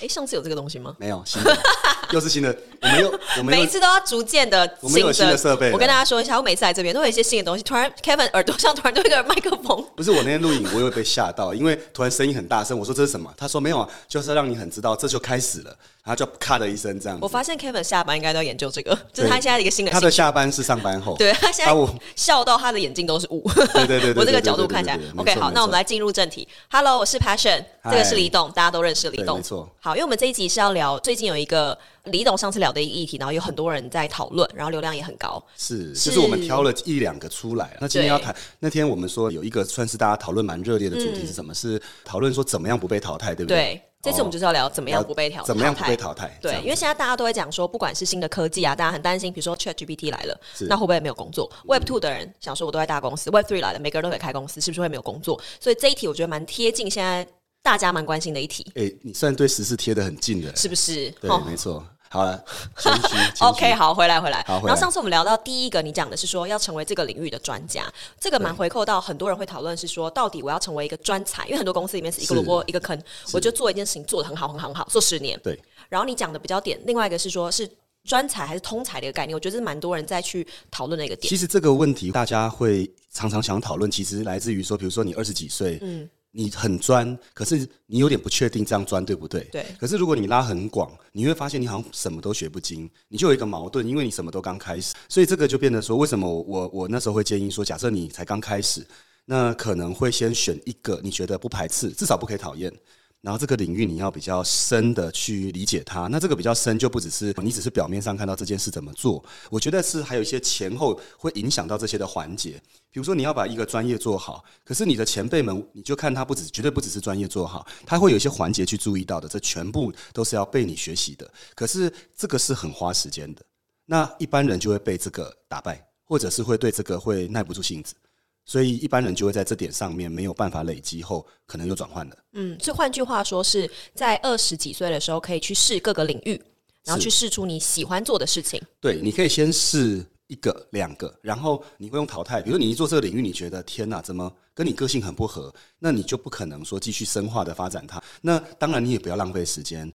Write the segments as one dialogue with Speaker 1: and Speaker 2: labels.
Speaker 1: 哎、上次有这个东西吗？
Speaker 2: 没有新的，又是新的，我们又我们
Speaker 1: 每一
Speaker 2: 又
Speaker 1: 次都要逐渐的
Speaker 2: 我们有新的设备了
Speaker 1: 我跟大家说一下，我每次来这边都有一些新的东西。突然，Kevin 耳朵上突然多一个麦克风，
Speaker 2: 不是我那天录影，我有被吓到，因为突然声音很大声，我说这是什么？他说没有啊，就是要让你很知道这就开始了，然后就咔的一声这样子。
Speaker 1: 我发现 Kevin 下班应该都要研究这个，这是
Speaker 2: 对
Speaker 1: 他现在的一个新的
Speaker 2: 他
Speaker 1: 兴
Speaker 2: 的
Speaker 1: 趣。
Speaker 2: 下班是上班后，
Speaker 1: 对他现在
Speaker 2: 啊我
Speaker 1: 笑到他的眼睛都是雾。
Speaker 2: 对对对对
Speaker 1: 我这个角度看起来
Speaker 2: 对对对对对没
Speaker 1: OK。
Speaker 2: 错
Speaker 1: 好，
Speaker 2: 没错
Speaker 1: 那我们来进入正题。Hello，我是 Passion，
Speaker 2: 嗨
Speaker 1: 这个是李董，大家都认识李
Speaker 2: 对
Speaker 1: 董，
Speaker 2: 没错。
Speaker 1: 好，因为我们这一集是要聊最近有一个李董上次聊的一个议题，然后有很多人在讨论，然后流量也很高。
Speaker 2: 是，
Speaker 1: 是
Speaker 2: 就是我们挑了一两个出来。那今天要
Speaker 1: 对
Speaker 2: 谈，那天我们说有一个算是大家讨论蛮热烈的主题是什么？是讨论说怎么样不被淘汰，对不对？
Speaker 1: 对，这次我们就是要聊怎么样不被淘汰，
Speaker 2: 怎么样不被淘汰？
Speaker 1: 对
Speaker 2: 这，样
Speaker 1: 因为现在大家都在讲说，不管是新的科技啊，大家很担心，比如说 Chat GPT 来了，
Speaker 2: 是嗯
Speaker 1: 那会不会没有工作？Web Two 的人想说，我都在大公司；Web Three 来了，每个人都得开公司，是不是会没有工作？所以这一题我觉得蛮贴近现在大家蛮关心的一题，
Speaker 2: 哎、你算对时事贴的很近的，
Speaker 1: 是不是？
Speaker 2: 对，
Speaker 1: 齁
Speaker 2: 没错。好了，谦 虚谦虚
Speaker 1: OK，好，回来回来。
Speaker 2: 好回来
Speaker 1: 然后上次我们聊到第一个，你讲的是说要成为这个领域的专家，这个蛮回扣到很多人会讨论是说，到底我要成为一个专才，因为很多公司里面是一个
Speaker 2: 是
Speaker 1: 萝卜一个坑，我就做一件事情做的很好很好很好，做十年。
Speaker 2: 对，
Speaker 1: 然后你讲的比较点，另外一个是说是专才还是通才的一个概念，我觉得这是蛮多人在去讨论的一个点
Speaker 2: 其。实这个问题大家会常常想讨论，其实来自于说，比如说你二十几岁，你很专，可是你有点不确定这样专对不对？
Speaker 1: 对
Speaker 2: 可是如果你拉很广，你会发现你好像什么都学不精，你就有一个矛盾，因为你什么都刚开始，所以这个就变得说，为什么我我我那时候会建议说，假设你才刚开始，那可能会先选一个你觉得不排斥，至少不可以讨厌。然后这个领域你要比较深的去理解它，那这个比较深就不只是你只是表面上看到这件事怎么做，我觉得是还有一些前后会影响到这些的环节。比如说你要把一个专业做好，可是你的前辈们，你就看他不只绝对不只是专业做好，他会有一些环节去注意到的，这全部都是要被你学习的。可是这个是很花时间的，那一般人就会被这个打败，或者是会对这个会耐不住性子，所以一般人就会在这点上面没有办法累积后，可能又转换了。
Speaker 1: 嗯，所以换句话说是在二十几岁的时候可以去试各个领域，然后
Speaker 2: 是
Speaker 1: 去试出你喜欢做的事情。
Speaker 2: 对，你可以先试一个、两个，然后你会用淘汰。比如说你一做这个领域，你觉得天哪，怎么跟你个性很不合，那你就不可能说继续深化的发展它。那当然，你也不要浪费时间。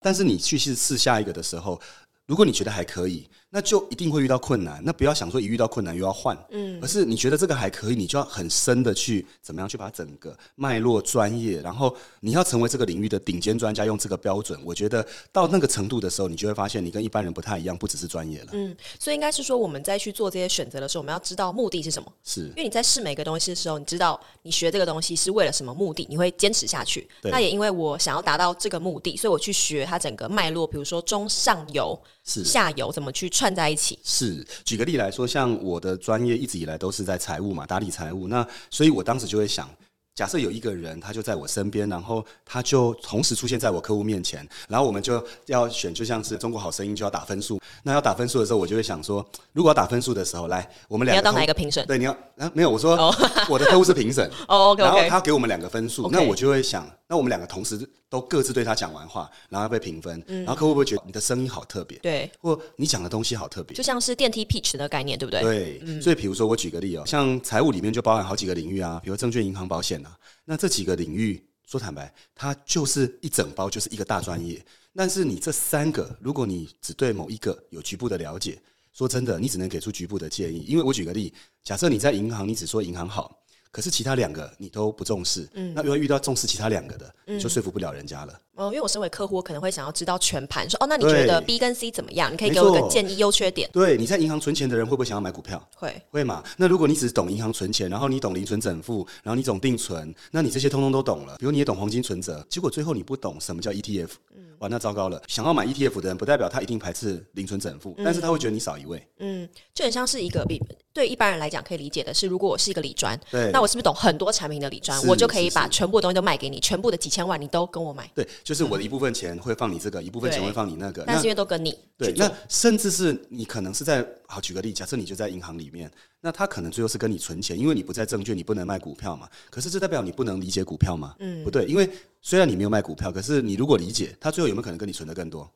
Speaker 2: 但是你去试试下一个的时候，如果你觉得还可以，那就一定会遇到困难。那不要想说一遇到困难又要换，嗯，而是你觉得这个还可以，你就要很深的去怎么样去把整个脉络、专业，然后你要成为这个领域的顶尖专家，用这个标准。我觉得到那个程度的时候，你就会发现你跟一般人不太一样，不只是专业了，
Speaker 1: 所以应该是说我们在去做这些选择的时候，我们要知道目的是什么。
Speaker 2: 是
Speaker 1: 因为你在试每个东西的时候，你知道你学这个东西是为了什么目的，你会坚持下去。
Speaker 2: 对
Speaker 1: 那也因为我想要达到这个目的，所以我去学它整个脉络，比如说中上游、
Speaker 2: 是
Speaker 1: 下游怎么去串在一起。
Speaker 2: 是，举个例来说，像我的专业一直以来都是在财务嘛，打理财务。那所以我当时就会想，假设有一个人他就在我身边，然后他就同时出现在我客户面前，然后我们就要选，就像是中国好声音就要打分数。那要打分数的时候，我就会想说，如果要打分数的时候，来，我们
Speaker 1: 你
Speaker 2: 两
Speaker 1: 要
Speaker 2: 个
Speaker 1: 当
Speaker 2: 客户
Speaker 1: 哪一个评审？
Speaker 2: 对，你要啊，没有，我说、
Speaker 1: 哦
Speaker 2: 我的客户是评审，
Speaker 1: 哦，OK
Speaker 2: 然后
Speaker 1: OK，
Speaker 2: 他给我们两个分数
Speaker 1: OK
Speaker 2: 那我就会想，那我们两个同时都各自对他讲完话，然后要被评分，
Speaker 1: 嗯
Speaker 2: 然后客户会不会觉得你的声音好特别，
Speaker 1: 对，
Speaker 2: 或你讲的东西好特别？
Speaker 1: 就像是电梯 pitch 的概念，对不对？
Speaker 2: 对，所以比如说我举个例哦，像财务里面就包含好几个领域啊，比如证券、银行、保险啊。那这几个领域，说坦白，它就是一整包，就是一个大专业。但是你这三个，如果你只对某一个有局部的了解，说真的，你只能给出局部的建议。因为我举个例，假设你在银行，你只说银行好，可是其他两个你都不重视，那又要遇到重视其他两个的，你就说服不了人家了。
Speaker 1: 哦，因为我身为客户，我可能会想要知道全盘，说哦，那你
Speaker 2: 对
Speaker 1: 觉得 B 跟 C 怎么样？你可以
Speaker 2: 没
Speaker 1: 给我一个
Speaker 2: 错
Speaker 1: 建议，优缺点。
Speaker 2: 对，你在银行存钱的人会不会想要买股票？
Speaker 1: 会，
Speaker 2: 会嘛？那如果你只懂银行存钱，然后你懂零存整付，然后你懂定存，那你这些通通都懂了。比如你也懂黄金存折，结果最后你不懂什么叫 ETF，哇，
Speaker 1: 嗯
Speaker 2: 那糟糕了。想要买 ETF 的人，不代表他一定排斥零存整
Speaker 1: 嗯
Speaker 2: 付，但是他会觉得你少一位。
Speaker 1: 就很像是一个比对一般人来讲可以理解的是，如果我是一个理专，
Speaker 2: 对
Speaker 1: 那我是不是懂很多产品的理专，
Speaker 2: 是
Speaker 1: 我就可以
Speaker 2: 是
Speaker 1: 把
Speaker 2: 是
Speaker 1: 全部的东西都卖给你，全部的几千万你都跟我买。
Speaker 2: 对，就是我的一部分钱会放你这个，一部分钱
Speaker 1: 对
Speaker 2: 会放你那个。
Speaker 1: 但
Speaker 2: 那
Speaker 1: 是因为都跟你去
Speaker 2: 对，
Speaker 1: 做
Speaker 2: 那甚至是你可能是在好举个例，假设你就在银行里面，那他可能最后是跟你存钱，因为你不在证券，你不能卖股票嘛。可是这代表你不能理解股票吗？嗯，不对，因为虽然你没有卖股票，可是你如果理解，他最后有没有可能跟你存的更多？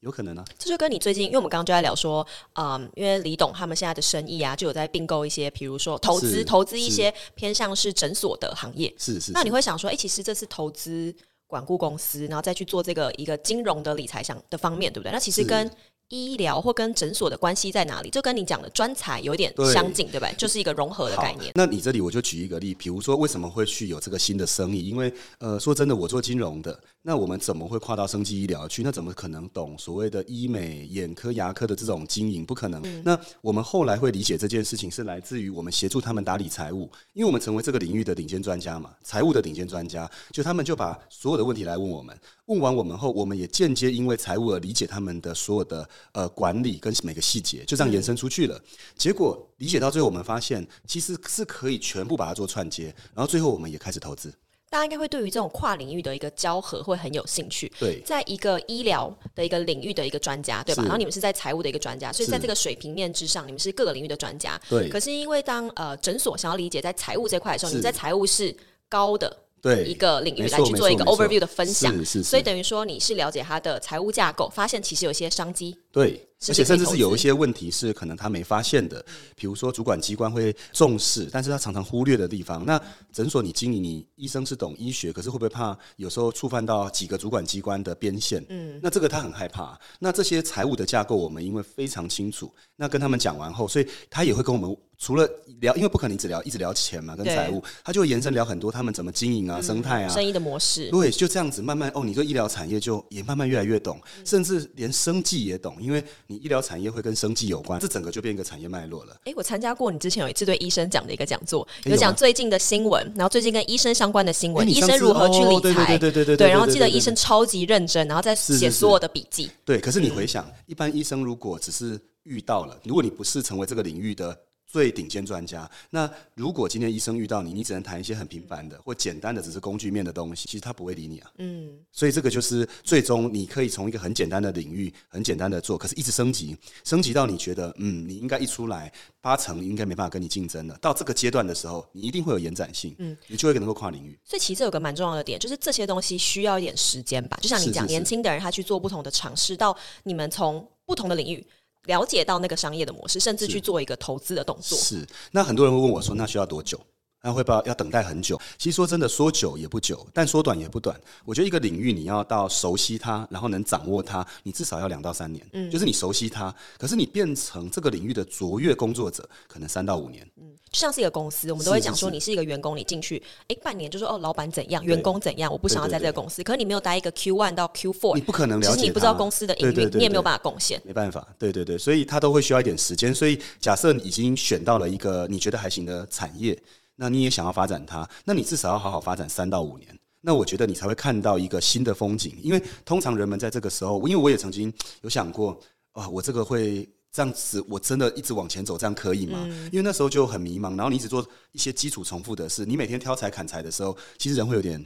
Speaker 2: 有可能啊，
Speaker 1: 这就跟你最近，因为我们刚刚就在聊说，嗯，因为李董他们现在的生意啊，就有在并购一些，比如说投资，
Speaker 2: 是
Speaker 1: 投资一些偏向是诊所的行业。
Speaker 2: 是是。
Speaker 1: 那你
Speaker 2: 是
Speaker 1: 会想说，哎、其实这次投资管顾公司，然后再去做这个一个金融的理财上的方面，对不对？那其实
Speaker 2: 是
Speaker 1: 跟医疗或跟诊所的关系在哪里？就跟你讲的专才有一点
Speaker 2: 对
Speaker 1: 相近，对吧？就是一个融合的
Speaker 2: 好
Speaker 1: 概念。
Speaker 2: 那你这里我就举一个例，比如说为什么会去有这个新的生意？因为呃，说真的，我做金融的，那我们怎么会跨到生技医疗去？那怎么可能懂所谓的医美、眼科、牙科的这种经营？不可能。
Speaker 1: 嗯
Speaker 2: 那我们后来会理解这件事情是来自于我们协助他们打理财务，因为我们成为这个领域的顶尖专家嘛，财务的顶尖专家，就他们就把所有的问题来问我们，问完我们后，我们也间接因为财务而理解他们的所有的呃管理跟每个细节，就这样延伸出去了。结果理解到最后，我们发现其实是可以全部把它做串接，然后最后我们也开始投资。
Speaker 1: 大家应该会对于这种跨领域的一个交合会很有兴趣。
Speaker 2: 对
Speaker 1: 在一个医疗的一个领域的一个专家，对吧？
Speaker 2: 是
Speaker 1: 然后你们是在财务的一个专家，所以
Speaker 2: 是
Speaker 1: 在这个水平面之上，你们是各个领域的专家。
Speaker 2: 对
Speaker 1: 可是因为当呃诊所想要理解在财务这块的时候，你
Speaker 2: 是
Speaker 1: 们在财务是高的
Speaker 2: 对，
Speaker 1: 一个领域
Speaker 2: 没
Speaker 1: 来
Speaker 2: 错
Speaker 1: 去做一个
Speaker 2: 没错没错
Speaker 1: overview 的分享，
Speaker 2: 是是是
Speaker 1: 所以等于说你是了解它的财务架构，发现其实有一些商机。
Speaker 2: 对，
Speaker 1: 是可
Speaker 2: 而
Speaker 1: 以
Speaker 2: 且甚至
Speaker 1: 投
Speaker 2: 是
Speaker 1: 资
Speaker 2: 有一些问题是可能他没发现的，比如说主管机关会重视，但是他常常忽略的地方。那诊所你经营，你医生是懂医学，可是会不会怕有时候触犯到几个主管机关的边线？嗯，那这个他很害怕。那这些财务的架构，我们因为非常清楚，那跟他们讲完后，所以他也会跟我们。除了聊，因为不可能只聊一直聊钱嘛，跟
Speaker 1: 对嗯
Speaker 2: 财务，他就会延伸聊很多他们怎么经营啊、生态啊、
Speaker 1: 生意的模式，
Speaker 2: 对，就这样子慢慢哦，你对医疗产业就也慢慢越来越懂，
Speaker 1: 嗯
Speaker 2: 甚至连生计也懂，因为你医疗产业会跟生计有关，这整个就变一个产业脉络了。
Speaker 1: 诶，我参加过你之前有一次对医生讲的一个讲座，有
Speaker 2: 诶哎有
Speaker 1: 讲
Speaker 2: 吗
Speaker 1: 最近的新闻，然后最近跟医生相关的新闻，
Speaker 2: 哎诶你
Speaker 1: 医
Speaker 2: 上
Speaker 1: 生
Speaker 2: 次
Speaker 1: 如何去理
Speaker 2: 哦对对
Speaker 1: 财，
Speaker 2: 对对对对对对
Speaker 1: 然后记得
Speaker 2: 对对对
Speaker 1: 医生超级认真，然后再
Speaker 2: 是
Speaker 1: 写
Speaker 2: 是
Speaker 1: 所有的笔记，
Speaker 2: 对，可是你回想，一般医生如果只是遇到了，如果你不是成为这个领域的最顶尖专家，那如果今天医生遇到你，你只能谈一些很平凡的或简单的，只是工具面的东西，其实他不会理你啊。嗯，所以这个就是最终你可以从一个很简单的领域，很简单的做，可是一直升级，升级到你觉得嗯，你应该一出来八成应该没办法跟你竞争了。到这个阶段的时候，你一定会有延展性，嗯，你就会能够跨领域。
Speaker 1: 所以其实有个蛮重要的点，就是这些东西需要一点时间吧。就像你
Speaker 2: 是
Speaker 1: 讲，
Speaker 2: 是是
Speaker 1: 年轻的人他去做不同的尝试，到你们从不同的领域了解到那个商业的模式，甚至去做一个投资的动作。
Speaker 2: 是，那很多人会问我说，那需要多久？那会不会要等待很久？其实说真的，说久也不久，但说短也不短。我觉得一个领域你要到熟悉它，然后能掌握它，你至少要两到三年。嗯，就是你熟悉它，可是你变成这个领域的卓越工作者，可能三到五年。
Speaker 1: 就像是一个公司，我们都
Speaker 2: 是
Speaker 1: 会
Speaker 2: 是
Speaker 1: 讲说，
Speaker 2: 是
Speaker 1: 你是一个员工，你进去，诶，半年就说哦，老板怎样，员工怎样，我不想要在这个公司。可是你没有待一个 Q one 到 Q
Speaker 2: 你
Speaker 1: four，
Speaker 2: 不可能
Speaker 1: 其
Speaker 2: 了
Speaker 1: 实
Speaker 2: 解，
Speaker 1: 你不知道公司的营
Speaker 2: 对
Speaker 1: 运
Speaker 2: 对，对
Speaker 1: 你也没有
Speaker 2: 对
Speaker 1: 办法贡献。
Speaker 2: 没办法，对对对，所以它都会需要一点时间。所以假设你已经选到了一个你觉得还行的产业，那你也想要发展它，那你至少要好好发展三到五年。那我觉得你才会看到一个新的风景，因为通常人们在这个时候，因为我也曾经有想过啊，我这个会这样子，我真的一直往前走，这样可以吗？因为那时候就很迷茫，然后你一直做一些基础重复的事，你每天挑柴砍柴的时候，其实人会有点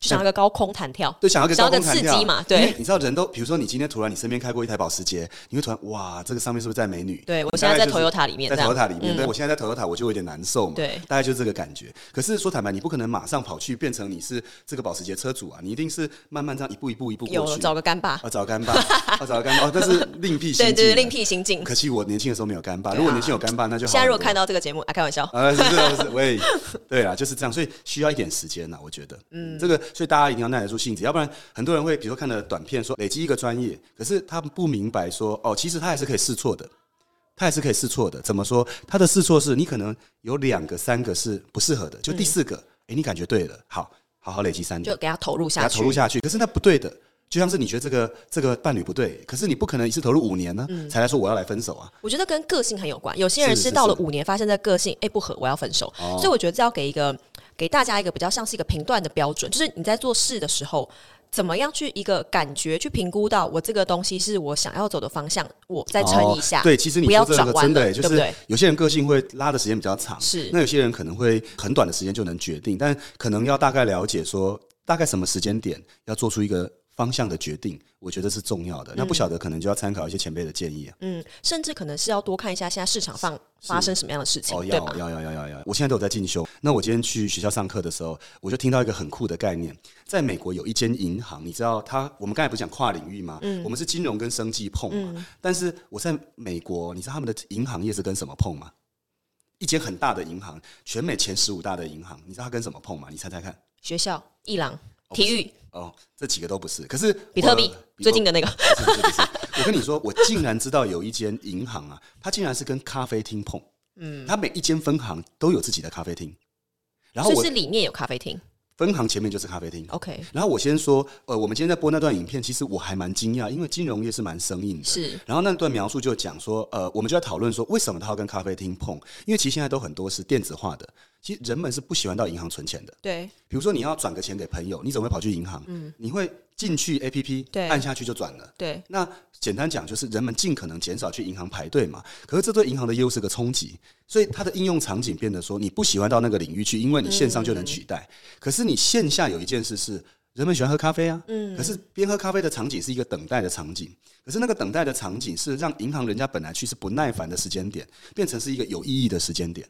Speaker 1: 就想要一个高空弹跳，
Speaker 2: 对，想要一个
Speaker 1: 想要
Speaker 2: 高
Speaker 1: 个
Speaker 2: 空
Speaker 1: 刺
Speaker 2: 弹
Speaker 1: 激
Speaker 2: 跳
Speaker 1: 嘛对
Speaker 2: 因为你知道人都，比如说你今天突然你身边开过一台保时捷，你会突然哇，这个上面是不是载美女？
Speaker 1: 对我
Speaker 2: 你
Speaker 1: 现
Speaker 2: 大
Speaker 1: 在在
Speaker 2: 概就是
Speaker 1: Toyota 里面
Speaker 2: 在
Speaker 1: 这样嗯
Speaker 2: Toyota 里面，对我现在在 Toyota 我就有点难受嘛，
Speaker 1: 对
Speaker 2: 大概就是这个感觉。可是说坦白，你不可能马上跑去变成你是这个保时捷车主啊，你一定是慢慢这样一步一步一步过
Speaker 1: 有
Speaker 2: 去。
Speaker 1: 找个干爸，
Speaker 2: 啊，找干爸，啊，找干爸，哦，但是另 辟
Speaker 1: 对对，
Speaker 2: 蹊径。
Speaker 1: 另。辟蹊径。
Speaker 2: 可惜我年轻的时候没有干爸，
Speaker 1: 对啊
Speaker 2: 如果年轻有干爸，那就好
Speaker 1: 现在如果
Speaker 2: 很多
Speaker 1: 看到这个节目，啊，开玩笑，
Speaker 2: 啊，是是是，喂，对啦，就是这样，所以需要一点时间呐，我觉得，嗯，这个，所以大家一定要耐得住性子，要不然很多人会，比如说看了短片说累积一个专业，可是他不明白说，哦，其实他还是可以试错的，他还是可以试错的。怎么说？他的试错是你可能有两个、三个是不适合的，就第四个，诶，你感觉对了，好好好累积三个
Speaker 1: 嗯就，给他投入
Speaker 2: 给
Speaker 1: 下
Speaker 2: 他
Speaker 1: 去，
Speaker 2: 投入下去，可是那不对的。就像是你觉得这个这个伴侣不对，可是你不可能一次投入五年呢、
Speaker 1: 嗯
Speaker 2: 才来说我要来分手啊。
Speaker 1: 我觉得跟个性很有关，有些人
Speaker 2: 是
Speaker 1: 是
Speaker 2: 是
Speaker 1: 到了
Speaker 2: 是
Speaker 1: 五年发现这个性哎、不合，我要分手。
Speaker 2: 哦
Speaker 1: 所以我觉得这要给一个给大家一个比较像是一个评断的标准，就是你在做事的时候，怎么样去一个感觉去评估到我这个东西是我想要走的方向，我再撑一下。
Speaker 2: 哦对，其实你
Speaker 1: 不要
Speaker 2: 说这
Speaker 1: 转
Speaker 2: 个
Speaker 1: 弯
Speaker 2: 真的
Speaker 1: 了，
Speaker 2: 欸，就
Speaker 1: 对不
Speaker 2: 是
Speaker 1: 对？
Speaker 2: 有些人个性会拉的时间比较长，
Speaker 1: 是
Speaker 2: 那有些人可能会很短的时间就能决定，但可能要大概了解说大概什么时间点要做出一个方向的决定，我觉得是重要的。那不晓得可能就要参考一些前辈的建议啊。
Speaker 1: 嗯，甚至可能是要多看一下现在市场上发生什么样的事情，
Speaker 2: 哦，
Speaker 1: 对
Speaker 2: 要
Speaker 1: 吧？
Speaker 2: 要要要要要！我现在都有在进修。那我今天去学校上课的时候，我就听到一个很酷的概念，在美国有一间银行，你知道它，我们刚才不是讲跨领域吗？
Speaker 1: 嗯
Speaker 2: 我们是金融跟生计碰嘛。但是我在美国，你知道他们的银行业是跟什么碰吗？一间很大的银行，全美前十五大的银行，你知道它跟什么碰吗？你猜猜看。
Speaker 1: 学校、伊朗、体育、
Speaker 2: 哦，这几个都不是。可是
Speaker 1: 比特
Speaker 2: 我
Speaker 1: 币
Speaker 2: 比
Speaker 1: 最近的那个，
Speaker 2: 不是不是不是，我跟你说，我竟然知道有一间银行啊，它竟然是跟咖啡厅碰，嗯，它每一间分行都有自己的咖啡厅，然后
Speaker 1: 就
Speaker 2: 我
Speaker 1: 是哦里面有咖啡厅。
Speaker 2: 分行前面就是咖啡厅。
Speaker 1: OK，
Speaker 2: 然后我先说，呃，我们今天在播那段影片，其实我还蛮惊讶，因为金融业是蛮生硬的。
Speaker 1: 是
Speaker 2: 然后那段描述就讲说，呃，我们就在讨论说，为什么他要跟咖啡厅碰？因为其实现在都很多是电子化的，其实人们是不喜欢到银行存钱的。
Speaker 1: 对
Speaker 2: 比如说你要转个钱给朋友，你怎么会跑去银行？你会进去 APP，
Speaker 1: 嗯对
Speaker 2: 按下去就转了。
Speaker 1: 对，
Speaker 2: 那简单讲，就是人们尽可能减少去银行排队嘛。可是这对银行的业务是个冲击，所以它的应用场景变得说，你不喜欢到那个领域去，因为你线上就能取代。可是你线下有一件事是，人们喜欢喝咖啡啊，可是边喝咖啡的场景是一个等待的场景，可是那个等待的场景是让银行人家本来去是不耐烦的时间点，变成是一个有意义的时间点。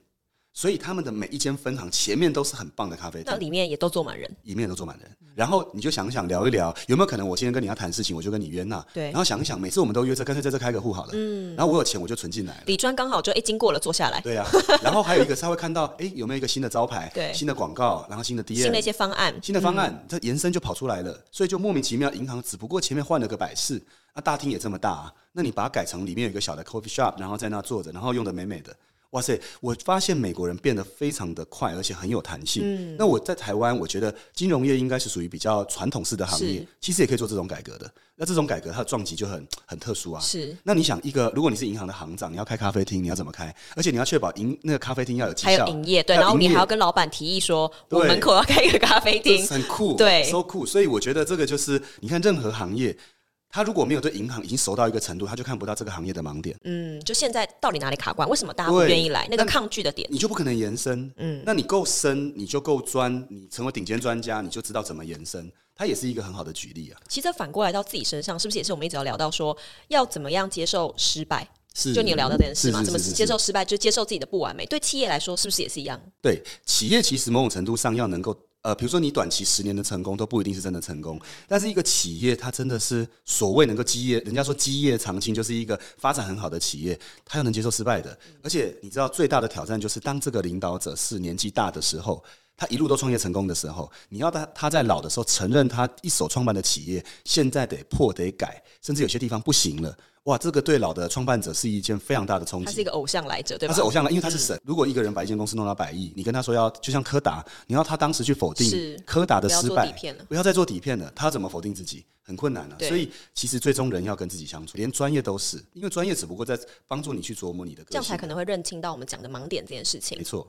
Speaker 2: 所以他们的每一间分行前面都是很棒的咖啡
Speaker 1: 那
Speaker 2: 店，
Speaker 1: 里面也都坐满人。
Speaker 2: 一面都坐满人。然后你就想想聊一聊，有没有可能我今天跟你要谈事情，我就跟你约那。
Speaker 1: 对
Speaker 2: 然后想一想，每次我们都约这，干脆在这开个户好了。嗯。然后我有钱我就存进 来了。
Speaker 1: 李专刚好就哎、经过了，坐下来，
Speaker 2: 对啊。然后还有一个是他会看到，哎，有没有一个新的招牌？
Speaker 1: 对
Speaker 2: 新的广告，然后新的 DM，
Speaker 1: 新的一些方案，
Speaker 2: 新的方
Speaker 1: 嗯
Speaker 2: 案，这延伸就跑出来了，所以就莫名其妙，银行只不过前面换了个摆饰，那大厅也这么大、啊，那你把它改成里面有一个小的 coffee shop，然后在那坐着，然后用的美美的。哇塞！我发现美国人变得非常的快，而且很有弹性。
Speaker 1: 嗯
Speaker 2: 那我在台湾，我觉得金融业应该是属于比较传统式的行业
Speaker 1: 是，
Speaker 2: 其实也可以做这种改革的。那这种改革它的撞击就很很特殊啊。
Speaker 1: 是
Speaker 2: 那你想，一个如果你是银行的行长，你要开咖啡厅，你要怎么开？而且你要确保银那个咖啡厅要有绩
Speaker 1: 还有
Speaker 2: 效，
Speaker 1: 营业，对，
Speaker 2: 还有
Speaker 1: 然后你
Speaker 2: 营业
Speaker 1: 还要跟老板提议说，我
Speaker 2: 对
Speaker 1: 门口要开一个咖啡厅，
Speaker 2: 很酷，
Speaker 1: 对
Speaker 2: ，so 酷。所以我觉得这个就是，你看任何行业，他如果没有对银行已经熟到一个程度，他就看不到这个行业的盲点，
Speaker 1: 嗯，就现在到底哪里卡关？为什么大家不
Speaker 2: 对
Speaker 1: 愿意来？那个
Speaker 2: 那
Speaker 1: 抗拒的点，
Speaker 2: 你就不可能延伸。嗯，那你够深，你就够专，你成为顶尖专家，你就知道怎么延伸。它也是一个很好的举例啊，
Speaker 1: 其实这反过来到自己身上，是不是也是我们一直要聊到说，要怎么样接受失败？
Speaker 2: 是
Speaker 1: 就你有聊到这件事嘛？
Speaker 2: 是
Speaker 1: 怎么
Speaker 2: 是是是
Speaker 1: 接受失败？就接受自己的不完美。对企业来说，是不是也是一样？
Speaker 2: 对，企业其实某种程度上要能够，呃，比如说你短期十年的成功都不一定是真的成功，但是一个企业它真的是所谓能够基业，人家说基业长青就是一个发展很好的企业，它要能接受失败的。
Speaker 1: 嗯
Speaker 2: 而且你知道最大的挑战就是当这个领导者是年纪大的时候。他一路都创业成功的时候，你要他他在老的时候承认他一手创办的企业现在得破得改，甚至有些地方不行了，哇，这个对老的创办者是一件非常大的冲
Speaker 1: 他
Speaker 2: 击
Speaker 1: 是一。个偶像来着，对
Speaker 2: 他
Speaker 1: 吧
Speaker 2: 是？偶像了，因为他是神。如果一个人把一间公司弄到百亿，你跟他说要，就像柯达，你要他当时去否
Speaker 1: 是
Speaker 2: 定柯达的
Speaker 1: 不要
Speaker 2: 失
Speaker 1: 做
Speaker 2: 败
Speaker 1: 底片了，
Speaker 2: 不要再做底片了，他怎么否定自己？很困难啊。
Speaker 1: 对
Speaker 2: 所以其实最终人要跟自己相处，连专业都是，因为专业只不过在帮助你去琢磨你的
Speaker 1: 这
Speaker 2: 个
Speaker 1: 样才
Speaker 2: 性。
Speaker 1: 可能会认清到我们讲的盲点这件事情
Speaker 2: 没。错，